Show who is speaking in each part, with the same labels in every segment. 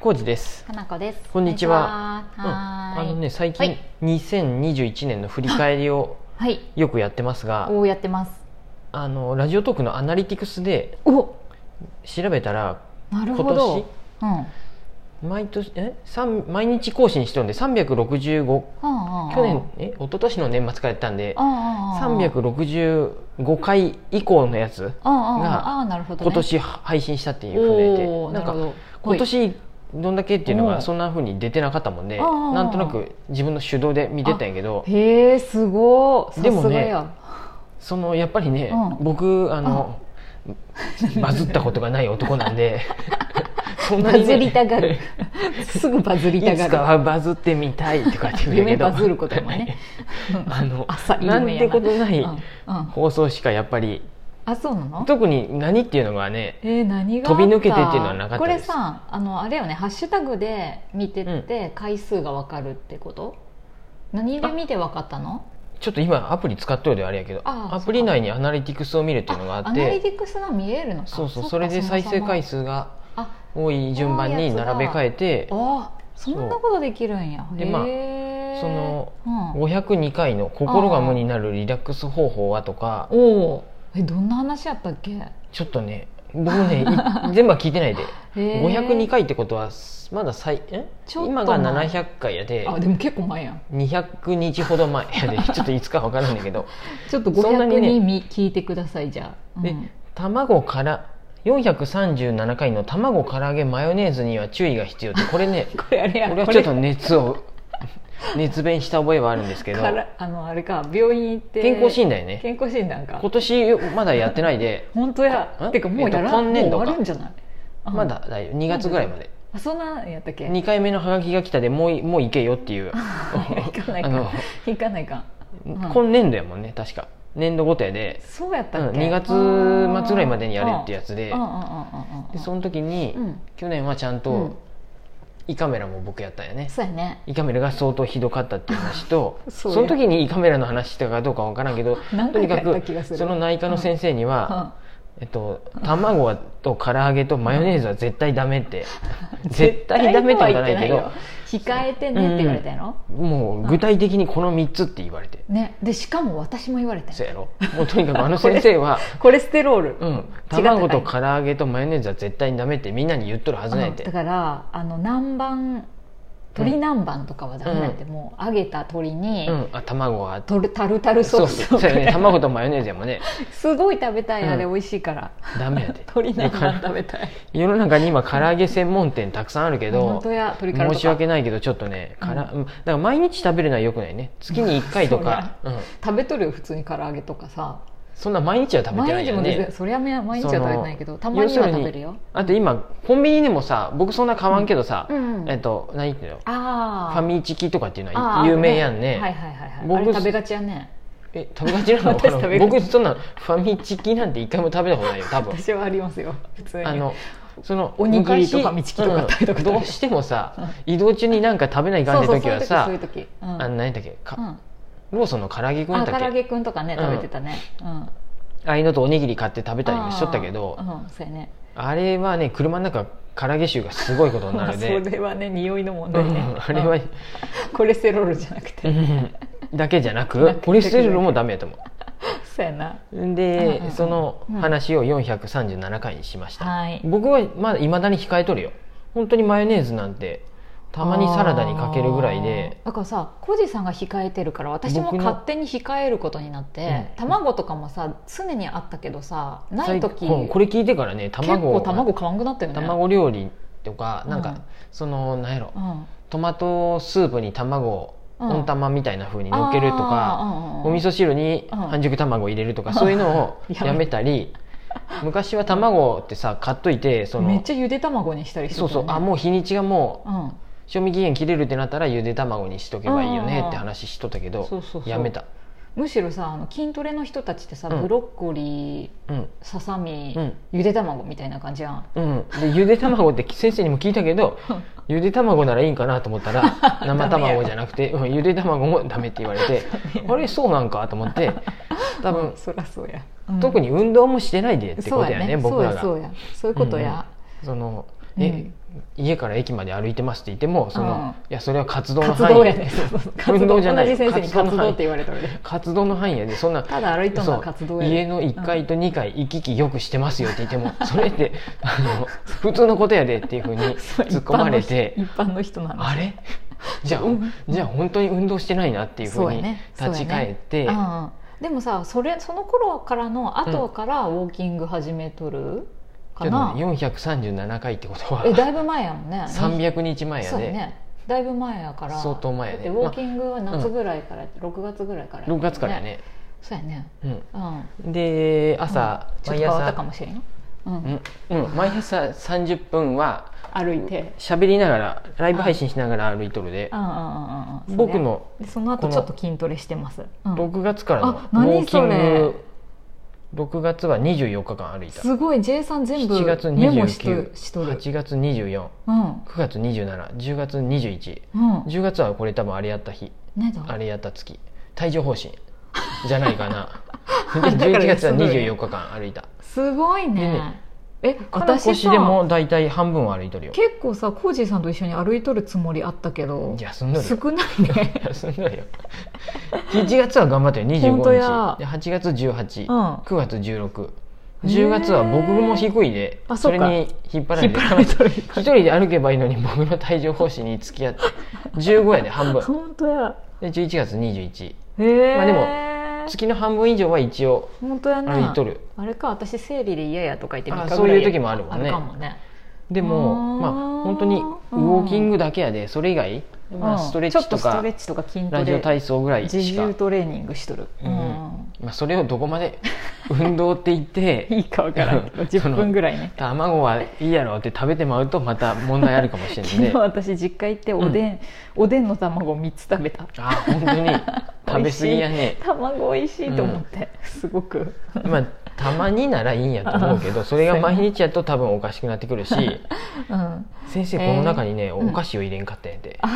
Speaker 1: 浩二です。
Speaker 2: かなこです。
Speaker 1: こんにちは
Speaker 2: こ
Speaker 1: うん
Speaker 2: にちはは
Speaker 1: あ
Speaker 2: ーい。
Speaker 1: のね最
Speaker 2: は
Speaker 1: 近
Speaker 2: い
Speaker 1: 2021年の振り返り を
Speaker 2: はい。
Speaker 1: よくやってますが、
Speaker 2: おおやってます。
Speaker 1: あのラジオトークのアナリティクスで
Speaker 2: お、
Speaker 1: 調べたら
Speaker 2: なる
Speaker 1: 今
Speaker 2: ほど
Speaker 1: 年。
Speaker 2: うん。は
Speaker 1: 毎年え三毎日更新してるんで365
Speaker 2: あはあ
Speaker 1: 去年え一昨年の年末からやったんで
Speaker 2: ああああ
Speaker 1: 365回以降のやつ
Speaker 2: あああ
Speaker 1: が
Speaker 2: あああなるほどね。
Speaker 1: 今年配信したっていうふうに言っ
Speaker 2: おお
Speaker 1: てなん
Speaker 2: なるほ
Speaker 1: か
Speaker 2: ど。
Speaker 1: 今年どんだけっていうの
Speaker 2: う
Speaker 1: が
Speaker 2: ん
Speaker 1: そんなふうに出てなかったもんで
Speaker 2: ああ
Speaker 1: なんとなく自分の手動で見てたんやけど
Speaker 2: 来いへえすごい。
Speaker 1: でもね
Speaker 2: さすがや
Speaker 1: そのやっぱりね
Speaker 2: うん
Speaker 1: 僕あの バズったことがない男なんで そん
Speaker 2: バ
Speaker 1: なに
Speaker 2: ズり
Speaker 1: ね
Speaker 2: た がる。すぐバズりた
Speaker 1: いつか
Speaker 2: が
Speaker 1: は
Speaker 2: る。
Speaker 1: バズってみたいとかって言うんやけ
Speaker 2: 夢
Speaker 1: ど。
Speaker 2: バズることもね
Speaker 1: あの
Speaker 2: 朝夢
Speaker 1: な
Speaker 2: や
Speaker 1: んてことな
Speaker 2: う
Speaker 1: い
Speaker 2: んうん
Speaker 1: 放送しかやっぱり
Speaker 2: あそうなの？
Speaker 1: 特に何っていうのがね
Speaker 2: えー、何があった
Speaker 1: 飛び抜けてっていうのはなかったです
Speaker 2: これさあのあれよねハッシュタグで見てって回数が分かるってこと、何で見て分かったの
Speaker 1: ちょっと今アプリ使っとるであれやけど
Speaker 2: ああ
Speaker 1: アプリ内にアナリティクスを見るっていうのがあ
Speaker 2: あ
Speaker 1: って
Speaker 2: アナリティクスが見えるのか
Speaker 1: そうそう
Speaker 2: っか
Speaker 1: それで再生回
Speaker 2: そ
Speaker 1: 数が
Speaker 2: もそもあ
Speaker 1: 多い順番に並べ替えて
Speaker 2: あそんなことできるんや
Speaker 1: う
Speaker 2: へ
Speaker 1: でまあ
Speaker 2: え
Speaker 1: その
Speaker 2: うん、
Speaker 1: 502回の「心が無になるリラックス方法は?」とか
Speaker 2: おおえどんな話やったっけ
Speaker 1: ちょっとね僕ねい 全部は聞いてないで502
Speaker 2: 502
Speaker 1: 回ってことはまだ最え
Speaker 2: ちょっと
Speaker 1: 今が
Speaker 2: 前
Speaker 1: 700回やで
Speaker 2: あでも結構前やん
Speaker 1: 200日ほど前やでちょっといつか分からんねんけど
Speaker 2: ちょっと
Speaker 1: そんなに
Speaker 2: 500
Speaker 1: ね
Speaker 2: 人み聞いてくださいじゃあ、うん
Speaker 1: で卵から437回の卵唐揚げマヨネーズには注意が必要ってこれね
Speaker 2: これあれや
Speaker 1: 俺はちょっと熱を熱弁した覚えはあるんですけど
Speaker 2: からあのあれか病院行って
Speaker 1: 健康診断やね
Speaker 2: 健康診断か
Speaker 1: 今年まだやってないで
Speaker 2: 本当や
Speaker 1: ん
Speaker 2: てかもうやら、
Speaker 1: えっと今年度
Speaker 2: も
Speaker 1: か
Speaker 2: う終わるんじゃないあ
Speaker 1: まだ大丈夫2月ぐらいまで
Speaker 2: あそんなんやったっけ
Speaker 1: 2回目のハガキが来たでもういもう行けよっていう
Speaker 2: 行かない
Speaker 1: あ
Speaker 2: か
Speaker 1: の
Speaker 2: 行かないかうん
Speaker 1: 今年度やもんね確か年度ごとやで、
Speaker 2: そうやっ
Speaker 1: う
Speaker 2: た
Speaker 1: ん、
Speaker 2: っけ、
Speaker 1: 2月末ぐらいまでにやれって
Speaker 2: や
Speaker 1: やつで
Speaker 2: うんうんうんうんうん
Speaker 1: でその時に、
Speaker 2: うん
Speaker 1: 去年はちゃん
Speaker 2: う
Speaker 1: と
Speaker 2: ん
Speaker 1: 胃カメラも僕やったんやね
Speaker 2: そうやね
Speaker 1: 胃カメラが相当ひどかったっていう話と
Speaker 2: そ
Speaker 1: そうの
Speaker 2: や
Speaker 1: 時に胃カメラの話したかどうかわからんけ ど
Speaker 2: 何
Speaker 1: と
Speaker 2: 回
Speaker 1: に
Speaker 2: か
Speaker 1: か
Speaker 2: やった気がす
Speaker 1: く
Speaker 2: る
Speaker 1: その内科の先生には、えっと、卵と唐揚げとマヨネーズは絶対ダメ って、絶対ダメってことはないけど
Speaker 2: 控えてねって言われたやろ、
Speaker 1: もう具体的にこの3つって言われて、
Speaker 2: ねでしかも私も言われた
Speaker 1: そう
Speaker 2: よ
Speaker 1: やろもうとにかくあの先生 は
Speaker 2: コレステロール、
Speaker 1: うん、
Speaker 2: 高い
Speaker 1: 卵と唐揚げとマヨネーズは絶対にダメってみんなに言っとるはずなんやっ
Speaker 2: あのだ
Speaker 1: て
Speaker 2: からあの南蛮鶏南蛮とかはダメだって、もう揚げた鶏に、
Speaker 1: うんあ卵があって
Speaker 2: とるタルタル
Speaker 1: そ
Speaker 2: ソー
Speaker 1: う
Speaker 2: ス
Speaker 1: そ
Speaker 2: を
Speaker 1: うそ
Speaker 2: か
Speaker 1: う
Speaker 2: け
Speaker 1: や
Speaker 2: て
Speaker 1: ね卵とマヨネーズやもんね
Speaker 2: すごい食べたいあれ
Speaker 1: う
Speaker 2: 美味しいから、
Speaker 1: ダメやで
Speaker 2: 鶏南
Speaker 1: だか
Speaker 2: 蛮
Speaker 1: ら
Speaker 2: 食べたい
Speaker 1: 世の中に今唐揚げ専門店たくさんあるけ
Speaker 2: 本
Speaker 1: ど
Speaker 2: 当や鶏からとか
Speaker 1: 申し訳ないけどちょっとねから、うんだから毎日食べるのはよくないね月に1回と か、うん、
Speaker 2: 食べとるよ普通に唐揚げとかさ
Speaker 1: そんな毎日は食べてな
Speaker 2: 毎
Speaker 1: い
Speaker 2: 日
Speaker 1: よ
Speaker 2: も全然
Speaker 1: ね
Speaker 2: そりゃめ毎日は食べてないけ
Speaker 1: そ
Speaker 2: ど
Speaker 1: の
Speaker 2: たまには食べる
Speaker 1: 要
Speaker 2: よ
Speaker 1: すにあと今コンビニでもさ僕そんな買わんけどさ、
Speaker 2: うんうん
Speaker 1: えっと何言ってんの
Speaker 2: あ
Speaker 1: ファ
Speaker 2: あ
Speaker 1: ミチキとかっていうの
Speaker 2: あ
Speaker 1: は
Speaker 2: ー
Speaker 1: 有名やんね
Speaker 2: はいはいはいはい
Speaker 1: 僕
Speaker 2: あれ食べがちやね
Speaker 1: え食べがちなの
Speaker 2: 私食べがち
Speaker 1: 僕そんなファミチキなんて一回も食べたことないよ多分
Speaker 2: 私はありますよ普通に
Speaker 1: あのその
Speaker 2: おにぎりとか
Speaker 1: 昔
Speaker 2: 道とか
Speaker 1: うん
Speaker 2: 食べたことある
Speaker 1: どうしてもさ移動中になんか食べないかんって時はさ
Speaker 2: そうそうそういう時そういう時うん
Speaker 1: あの何だっけか、
Speaker 2: うん
Speaker 1: ローソンの唐揚げくんやっ
Speaker 2: あ
Speaker 1: た
Speaker 2: 唐揚
Speaker 1: っけ
Speaker 2: げくんとかね
Speaker 1: うん
Speaker 2: 食べてたねうん
Speaker 1: ああいうのとおにぎり買って食べたりもしとったけど
Speaker 2: あーうんそうやね
Speaker 1: あれはね車の中唐揚げ臭がすごいことに
Speaker 2: ま
Speaker 1: な
Speaker 2: あ
Speaker 1: る
Speaker 2: そ
Speaker 1: で、
Speaker 2: れはね匂いの問
Speaker 1: う
Speaker 2: 題ね
Speaker 1: ん、あれは
Speaker 2: うんコレステロールじゃなく
Speaker 1: う
Speaker 2: て
Speaker 1: んだけじゃな
Speaker 2: な
Speaker 1: く
Speaker 2: くて
Speaker 1: コレステロールもダメやと思
Speaker 2: そうやな
Speaker 1: うで、
Speaker 2: うんうんうん
Speaker 1: その話を437回にしました、
Speaker 2: はい
Speaker 1: 僕はまだいまだに控えとるよ本当にマヨネーズなんてたまにサラダにかけるぐらいで
Speaker 2: あーだからさコジさんが控えてるから私も
Speaker 1: 僕の
Speaker 2: 勝手に控えることになって、
Speaker 1: うん
Speaker 2: 卵とかもさ常にあったけどさな
Speaker 1: 最
Speaker 2: い時
Speaker 1: うんこれ聞いてからね
Speaker 2: 結
Speaker 1: 卵
Speaker 2: 構卵買わんくなったよね
Speaker 1: 卵料理とかなんか、
Speaker 2: うん
Speaker 1: そのなんやろ
Speaker 2: うん
Speaker 1: トマトスープに卵
Speaker 2: うん
Speaker 1: 温玉みたいな風にのっけるとか、
Speaker 2: あーうんうんう
Speaker 1: お
Speaker 2: ん
Speaker 1: 味噌汁に
Speaker 2: うん
Speaker 1: 半熟卵入れるとか、そういうのを
Speaker 2: やめ
Speaker 1: やめたり昔は卵ってさ買っといてそ
Speaker 2: めっ
Speaker 1: の
Speaker 2: ちゃゆで卵にしたりしてた
Speaker 1: そ
Speaker 2: よ
Speaker 1: う
Speaker 2: ね
Speaker 1: そうあもう日にちがもう
Speaker 2: うん
Speaker 1: 賞味期限切れるってなったらゆで卵にしとけばいいよねって話しとったけ
Speaker 2: うんそう
Speaker 1: ど
Speaker 2: そうそう
Speaker 1: やめた
Speaker 2: むしろさあの筋トレの人たちってさ、
Speaker 1: うん
Speaker 2: ブロッコリー
Speaker 1: うん
Speaker 2: ささみ、
Speaker 1: うん
Speaker 2: ゆで卵みたいな感じやん
Speaker 1: うん、でゆで卵って先生にも聞いたけ ど
Speaker 2: うん
Speaker 1: ゆで卵ならいいんかなと思った ら生
Speaker 2: ダメやろ
Speaker 1: 卵じゃなくて、うん、ゆで卵もダメって言われ てあれそうなんかと思って多分、
Speaker 2: そらそうや、
Speaker 1: 特
Speaker 2: に
Speaker 1: に運動もしてないでってことやね僕らが
Speaker 2: そうやそうやそういうことや、
Speaker 1: そのえ家から駅まで歩いてますって言ってもその、いやそれは活動の
Speaker 2: 活
Speaker 1: 範
Speaker 2: 動
Speaker 1: 囲
Speaker 2: やねそうそう 活
Speaker 1: 運
Speaker 2: 動
Speaker 1: 動じゃない
Speaker 2: 同じ先生に活
Speaker 1: 活動の
Speaker 2: 動
Speaker 1: 範囲
Speaker 2: って言われた俺
Speaker 1: 活動の範囲やでそんな
Speaker 2: ただ歩いとん
Speaker 1: そ
Speaker 2: の
Speaker 1: う
Speaker 2: 活動や
Speaker 1: 家の1階と2階行き来よくしてますよって言っても、それってあの普通のことやでっていうふうに
Speaker 2: そう
Speaker 1: 突っ込まれて
Speaker 2: 一般の人一般の人なの
Speaker 1: あ れじゃあ、
Speaker 2: うん
Speaker 1: じゃあ本当に運動してないなっていうふ
Speaker 2: そううや
Speaker 1: に
Speaker 2: ね
Speaker 1: 立ち返って、
Speaker 2: うんでもさそれその頃からの後からウォーキング始めとるかな、
Speaker 1: 437回ってこと
Speaker 2: え
Speaker 1: は
Speaker 2: だいぶ前やもんね
Speaker 1: 300日前や
Speaker 2: そうや
Speaker 1: で、
Speaker 2: ねだいぶ前やから
Speaker 1: 相当前やね
Speaker 2: だってウォーキングは夏ぐらいから、6月ぐらいからやもん
Speaker 1: 6月からやね、
Speaker 2: そうやねうん
Speaker 1: うん、で朝、
Speaker 2: ちょっ
Speaker 1: 毎
Speaker 2: と変わったか
Speaker 1: 朝
Speaker 2: もしれんよ、うん、
Speaker 1: うんうん、毎朝30分は
Speaker 2: 歩いて
Speaker 1: 喋りながらライブ配信しながら歩いとるで
Speaker 2: うんうんうんうん
Speaker 1: 僕の
Speaker 2: それでその後ちょっと筋トレしてます、うん
Speaker 1: 6月からの
Speaker 2: あ
Speaker 1: ウ
Speaker 2: 何
Speaker 1: ォーキン
Speaker 2: それ
Speaker 1: グ6月は24日間歩いた
Speaker 2: すごい J さん全部
Speaker 1: 7月
Speaker 2: メモしとしとる、
Speaker 1: 298月249
Speaker 2: うん
Speaker 1: 月27107月21110
Speaker 2: うん、
Speaker 1: 月はこれ多分あれやった日
Speaker 2: ねだ
Speaker 1: あれやった月帯状疱 疹じゃないかな
Speaker 2: だ
Speaker 1: で
Speaker 2: から
Speaker 1: 11月は
Speaker 2: すごいね
Speaker 1: 24日間歩いた
Speaker 2: すごいね
Speaker 1: でね
Speaker 2: え
Speaker 1: 肩
Speaker 2: 私
Speaker 1: 腰
Speaker 2: さ
Speaker 1: でも大体半分は歩いとるよ
Speaker 2: 結構さコージーさんと一緒に歩いとるつもりあったけど
Speaker 1: 休んどるよ
Speaker 2: 少ない ね
Speaker 1: 休んどるよ1月は頑張ってよ
Speaker 2: 本当
Speaker 1: 25
Speaker 2: や
Speaker 1: 日で8月189
Speaker 2: うん
Speaker 1: 月16
Speaker 2: へー
Speaker 1: 10月は僕も低いで
Speaker 2: あ
Speaker 1: それ
Speaker 2: そっか
Speaker 1: に引っ張られ
Speaker 2: 引って張られとる
Speaker 1: 一人で歩けばいいのに僕の体重方針に付き合って15やで半分
Speaker 2: 本当や
Speaker 1: で11月21
Speaker 2: へえ、
Speaker 1: まあで
Speaker 2: も
Speaker 1: 月の半分以上は一応
Speaker 2: 本当やな
Speaker 1: 歩いとる
Speaker 2: あれか私生理で嫌やとか言って3
Speaker 1: あ
Speaker 2: 日ぐら
Speaker 1: そういう時もあるもんね
Speaker 2: かもね
Speaker 1: でも
Speaker 2: あー
Speaker 1: まあ本当にウォーキングだけやでそれ以外、まあ、
Speaker 2: うん
Speaker 1: ストレッチ
Speaker 2: ちょ
Speaker 1: と
Speaker 2: っとスト
Speaker 1: か
Speaker 2: レッチとか筋ト
Speaker 1: ラジオ
Speaker 2: レ
Speaker 1: 体操ぐらい
Speaker 2: 自
Speaker 1: しか
Speaker 2: 重、トレーニングしとる、
Speaker 1: う
Speaker 2: うん
Speaker 1: んまあ、それをどこまで 運動って言って
Speaker 2: いいかわから んけど10分ぐらいね
Speaker 1: 卵はいいやろって食べてまうとまた問題あるかもしれない
Speaker 2: 昨
Speaker 1: んで
Speaker 2: 日私実家行っておでん、おでんの卵3つ食べた
Speaker 1: あ本当 に食べ過ぎやね
Speaker 2: 卵美味しいと思って、すごく
Speaker 1: まあたまにならいいんやと思うけ どそれが毎日やと多分おかしくなってくるし
Speaker 2: うん
Speaker 1: 先生この中にね、
Speaker 2: ん
Speaker 1: お菓子を入れんかったんやて、
Speaker 2: あ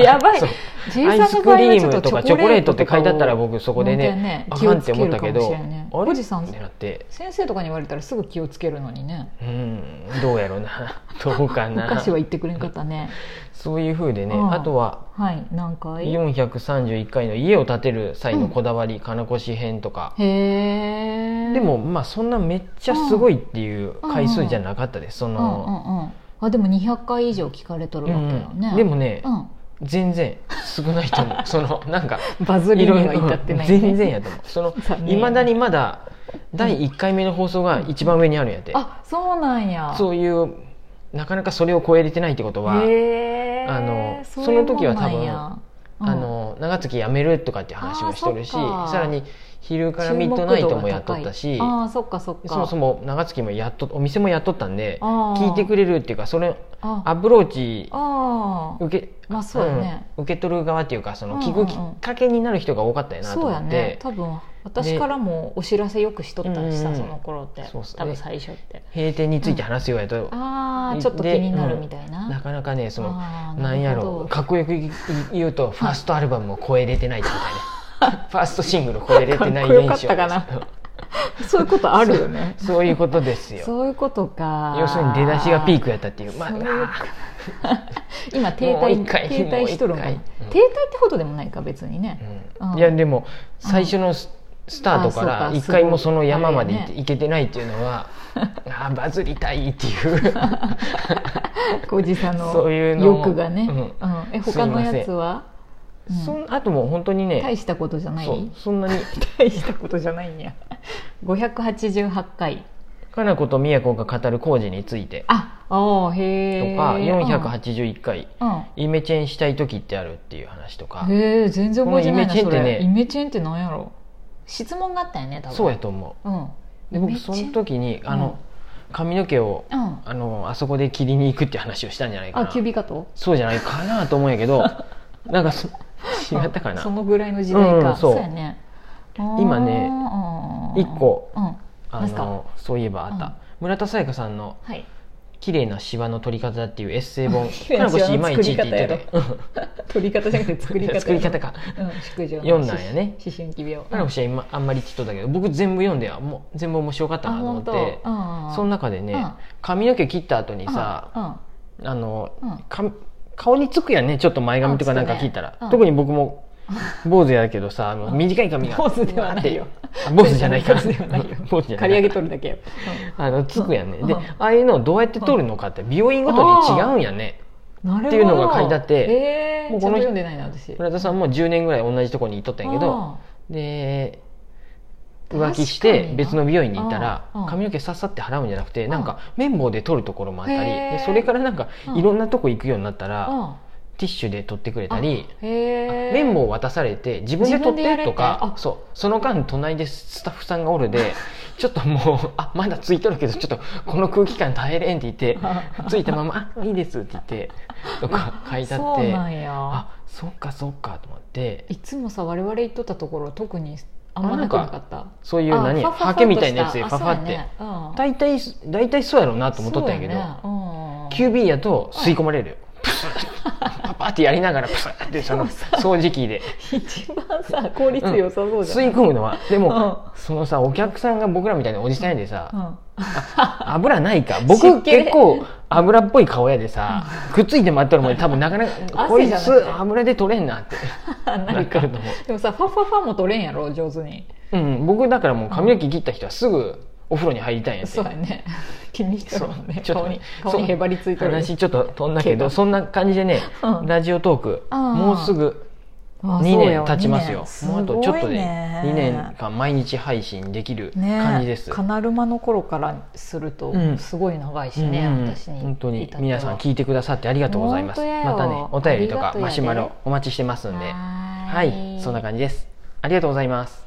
Speaker 2: やばい
Speaker 1: そう
Speaker 2: J
Speaker 1: アイ
Speaker 2: さ
Speaker 1: ス
Speaker 2: んの場合
Speaker 1: クリ
Speaker 2: は
Speaker 1: ー
Speaker 2: ちょ
Speaker 1: ム
Speaker 2: と
Speaker 1: と
Speaker 2: チ
Speaker 1: か
Speaker 2: ョ
Speaker 1: チョコ
Speaker 2: コ
Speaker 1: レ
Speaker 2: レ
Speaker 1: ー
Speaker 2: ー
Speaker 1: ト
Speaker 2: ト
Speaker 1: って書
Speaker 2: とかを
Speaker 1: いてあったら僕そこでねあ
Speaker 2: 本
Speaker 1: か
Speaker 2: 当や
Speaker 1: んって思ったけど
Speaker 2: 気をつけるかもしれんね
Speaker 1: あれ
Speaker 2: おじさん
Speaker 1: ってなって
Speaker 2: 先生とかに言われたらすぐ気をつけるのにね
Speaker 1: うんどうやろうなどうか な
Speaker 2: 昔は言ってくれんかったね
Speaker 1: そういうふうでね、
Speaker 2: うん
Speaker 1: あとは
Speaker 2: はい何回へ
Speaker 1: 431回の家を建てる際のこだわり、金越編とか、
Speaker 2: え
Speaker 1: でもまあそんなめっちゃすごいっていう回数じゃなかったです、そ
Speaker 2: うん
Speaker 1: の、
Speaker 2: うんうんあでも200回以上聞かれとるわけよね、
Speaker 1: うんでもね、
Speaker 2: う
Speaker 1: 全然少ないと思うそのなんか
Speaker 2: ん、バズりには至ってない、ね、
Speaker 1: 全然やと思うその
Speaker 2: 残念
Speaker 1: いまだにまだ第1回目の放送が一番上にあるんやって、
Speaker 2: あそうなんや
Speaker 1: そういうなかなかそれを超えれてないってことは、
Speaker 2: へー
Speaker 1: あの
Speaker 2: ういう
Speaker 1: その時は多分
Speaker 2: もんなんやうん
Speaker 1: あの長月辞めるとかって話もしとるし
Speaker 2: あーそっか
Speaker 1: さらに昼からミッドナイトもやっとったし
Speaker 2: 注目度が高いああそっかそっか
Speaker 1: そもそも長月もやっとお店もやっとったんで
Speaker 2: あー
Speaker 1: 聞いてくれるっていうかそれ
Speaker 2: あ
Speaker 1: アプローチ
Speaker 2: あー
Speaker 1: 受け
Speaker 2: まあそうやね、
Speaker 1: うん受け取る側っていうかその
Speaker 2: うんうんう
Speaker 1: 聞
Speaker 2: ん
Speaker 1: くきっかけになる人が多かったよなと
Speaker 2: そう
Speaker 1: 思
Speaker 2: や
Speaker 1: っ
Speaker 2: ね
Speaker 1: て、
Speaker 2: 多分私からもお知らせよくしとったりし
Speaker 1: う
Speaker 2: た
Speaker 1: んうん
Speaker 2: そ
Speaker 1: うん
Speaker 2: の頃って
Speaker 1: そうっすね
Speaker 2: 多分最初って
Speaker 1: 閉店について話すようやと、
Speaker 2: ああ
Speaker 1: で
Speaker 2: ちょっと気になるみたいな、
Speaker 1: なかなかねその
Speaker 2: あー
Speaker 1: なんや
Speaker 2: なるほ
Speaker 1: ろ
Speaker 2: ど
Speaker 1: かっこよくい言う とファーストアルバムを超えれてないみたいなファーストシングルを超えれてない
Speaker 2: かっこよ
Speaker 1: 現
Speaker 2: かっ
Speaker 1: 象
Speaker 2: たかなそういうことあるよね
Speaker 1: そういうことですよ
Speaker 2: そういうことか
Speaker 1: 要するに出だしがピー
Speaker 2: ク
Speaker 1: クやったっていうまあ
Speaker 2: そういう
Speaker 1: あー
Speaker 2: 今停
Speaker 1: もう一
Speaker 2: 滞
Speaker 1: 回
Speaker 2: 停滞しとるんかな
Speaker 1: もう一回うん
Speaker 2: 停滞ってほどでもないか別にね、
Speaker 1: うん
Speaker 2: うん
Speaker 1: いやでも最初のススタートか
Speaker 2: あ
Speaker 1: ら
Speaker 2: そうか
Speaker 1: 一回もその山まで行っ
Speaker 2: す
Speaker 1: て
Speaker 2: ご
Speaker 1: 行けてないっていうの はあーバズりたいっていう
Speaker 2: おじさんの
Speaker 1: そういうのを
Speaker 2: 欲がね、
Speaker 1: う
Speaker 2: うんんえ
Speaker 1: すいません
Speaker 2: 他のやつは、うん
Speaker 1: そんあともう本当に
Speaker 2: 大
Speaker 1: ね
Speaker 2: したことじゃない
Speaker 1: そうそんなに
Speaker 2: 大したことじゃないんや588回
Speaker 1: かなことみやこが語る工事について
Speaker 2: あああ
Speaker 1: と
Speaker 2: へえ
Speaker 1: か481回
Speaker 2: うん、うん
Speaker 1: イメチェンしたい時ってあるっていう話とか
Speaker 2: へえ全然覚えてない
Speaker 1: こ
Speaker 2: な
Speaker 1: のイメチェン
Speaker 2: そ
Speaker 1: ってね
Speaker 2: れイメチェンってなんやろ質問があったよね多分
Speaker 1: そうやと思
Speaker 2: うん
Speaker 1: うで
Speaker 2: イ
Speaker 1: 僕
Speaker 2: メチ
Speaker 1: そ
Speaker 2: ェン
Speaker 1: の時にあの髪の毛を
Speaker 2: うん
Speaker 1: あのあそこで切りに行くって話をしたんじゃないか
Speaker 2: あ
Speaker 1: な
Speaker 2: キュービカト
Speaker 1: そうじゃないかなと思うんやけ どなんかそ違ったか
Speaker 2: うん
Speaker 1: な
Speaker 2: そのぐらいの時代か、
Speaker 1: うんうんそう
Speaker 2: やね
Speaker 1: 今ね一
Speaker 2: 1
Speaker 1: 個
Speaker 2: うんは
Speaker 1: あ
Speaker 2: 何すか
Speaker 1: のそういえばあった、
Speaker 2: うん
Speaker 1: 村田沙耶香さんの
Speaker 2: い
Speaker 1: 「綺麗なシワの取り方」っていうエッセイ本
Speaker 2: 綺麗なシワの
Speaker 1: まいちって言ってる
Speaker 2: 取り方じゃなくて作り
Speaker 1: うん
Speaker 2: 方
Speaker 1: 作り方か
Speaker 2: うん宿女の
Speaker 1: 読んだんやね
Speaker 2: 思春期病
Speaker 1: 彼氏は今あんまりって言っとったけど僕全部読んであもう全部面白かったなと思って
Speaker 2: あ本当うんうんうん
Speaker 1: その中でね、
Speaker 2: うん
Speaker 1: 髪の毛切った後にさ、
Speaker 2: うんうん
Speaker 1: あの、
Speaker 2: うん
Speaker 1: か顔につくやんねちょっと前髪とかなんか聞いたら、
Speaker 2: あつくねうん
Speaker 1: 特に僕も坊主やけどさあの短い髪が
Speaker 2: 坊主ではないよ
Speaker 1: あ坊主じゃないか
Speaker 2: 坊主ではないよ
Speaker 1: 坊主じゃない
Speaker 2: 刈り上げとるだけよ、
Speaker 1: あのつくやんね、
Speaker 2: うん
Speaker 1: で
Speaker 2: うん
Speaker 1: ああいうのをどうやって取るのかって美容院ごとに違うんやね
Speaker 2: なるほど
Speaker 1: っていうのが書いてあって
Speaker 2: えー、
Speaker 1: もう
Speaker 2: ちゃ
Speaker 1: この人
Speaker 2: んと読んでないな私
Speaker 1: 村田さんも10年ぐらい同じとこにいとったんやけど
Speaker 2: あ
Speaker 1: で
Speaker 2: 確かに
Speaker 1: 浮気して別の美容院に行ったら
Speaker 2: うんうん
Speaker 1: 髪の毛さっさって払うんじゃなくて
Speaker 2: ん
Speaker 1: なんか綿棒で取るところもあったり
Speaker 2: へー
Speaker 1: でそれからなんか
Speaker 2: うん
Speaker 1: いろんなとこ行くようになったら
Speaker 2: ー
Speaker 1: ティッシュで取ってくれたり
Speaker 2: うんへえ
Speaker 1: 綿棒を渡されて自分で取
Speaker 2: 自分でや
Speaker 1: っ
Speaker 2: れ
Speaker 1: て
Speaker 2: って
Speaker 1: とか
Speaker 2: あ
Speaker 1: そうその間隣でスタッフさんがおる でちょっともうあまだついとるけどちょっとこの空気感耐えれんって言ってついたまま「あいいです」って言ってとか書いてあっ
Speaker 2: そう
Speaker 1: て
Speaker 2: なんや
Speaker 1: あそっかそっかと思って
Speaker 2: いつもさ我々行っとったところ特にあんまなくなかった
Speaker 1: そういう何
Speaker 2: あファッファッ
Speaker 1: ハケみたいなやつでフ
Speaker 2: フ
Speaker 1: ァ
Speaker 2: ァ
Speaker 1: フ
Speaker 2: ッ
Speaker 1: ァって。
Speaker 2: と
Speaker 1: 大体大体そうやろうなと思っとったんやけど、
Speaker 2: ど
Speaker 1: QB やと吸い込まれるよ、プスッパパってやりながらプスッってその掃除機で
Speaker 2: 一番さ効率良さそうじゃ
Speaker 1: 吸
Speaker 2: ないい
Speaker 1: 込むのはでも、
Speaker 2: う
Speaker 1: そのさお客さんが僕らみたいなおじさんやでさ、
Speaker 2: うん
Speaker 1: 油ないか
Speaker 2: 湿
Speaker 1: 僕
Speaker 2: 気で
Speaker 1: 結構油っぽい顔やでさ、くっついて待っとるもんね多分なかなかこ
Speaker 2: 汗
Speaker 1: い
Speaker 2: じゃなくて
Speaker 1: つ油で取れんなって
Speaker 2: な
Speaker 1: なんっか
Speaker 2: か
Speaker 1: ると思う
Speaker 2: でもさファファファも取れんやろ上手に
Speaker 1: うん僕だからもう髪の毛切った人はすぐお風呂に入りたいんやって
Speaker 2: そうやね 気にしてるもんね
Speaker 1: ちょっ
Speaker 2: 顔
Speaker 1: と
Speaker 2: に
Speaker 1: ね
Speaker 2: 顔
Speaker 1: そう
Speaker 2: にへばりついてる
Speaker 1: 話ちょっと飛んだけ
Speaker 2: けど
Speaker 1: どそんな感じでね、
Speaker 2: うん
Speaker 1: ラジオトーク
Speaker 2: あー
Speaker 1: もうすぐ
Speaker 2: あ
Speaker 1: 2
Speaker 2: そう
Speaker 1: 年
Speaker 2: よ
Speaker 1: 経ちますよ
Speaker 2: 二年
Speaker 1: もうあとちょっと
Speaker 2: すご
Speaker 1: で
Speaker 2: いね
Speaker 1: 2年間毎日配信できる
Speaker 2: ね
Speaker 1: 感じです、
Speaker 2: カナルマの頃からすると
Speaker 1: うん
Speaker 2: すごい長いし
Speaker 1: うん
Speaker 2: ね、
Speaker 1: うん
Speaker 2: 私に
Speaker 1: 本当に
Speaker 2: 至っては
Speaker 1: 皆さん聞いてくださってありがとうございます
Speaker 2: 本当やよ
Speaker 1: またねお便りと
Speaker 2: ありが
Speaker 1: か
Speaker 2: とうや
Speaker 1: マ
Speaker 2: で
Speaker 1: シュマロお待ちしてますんで
Speaker 2: は
Speaker 1: は
Speaker 2: ー
Speaker 1: いそんな感じですありがとうございます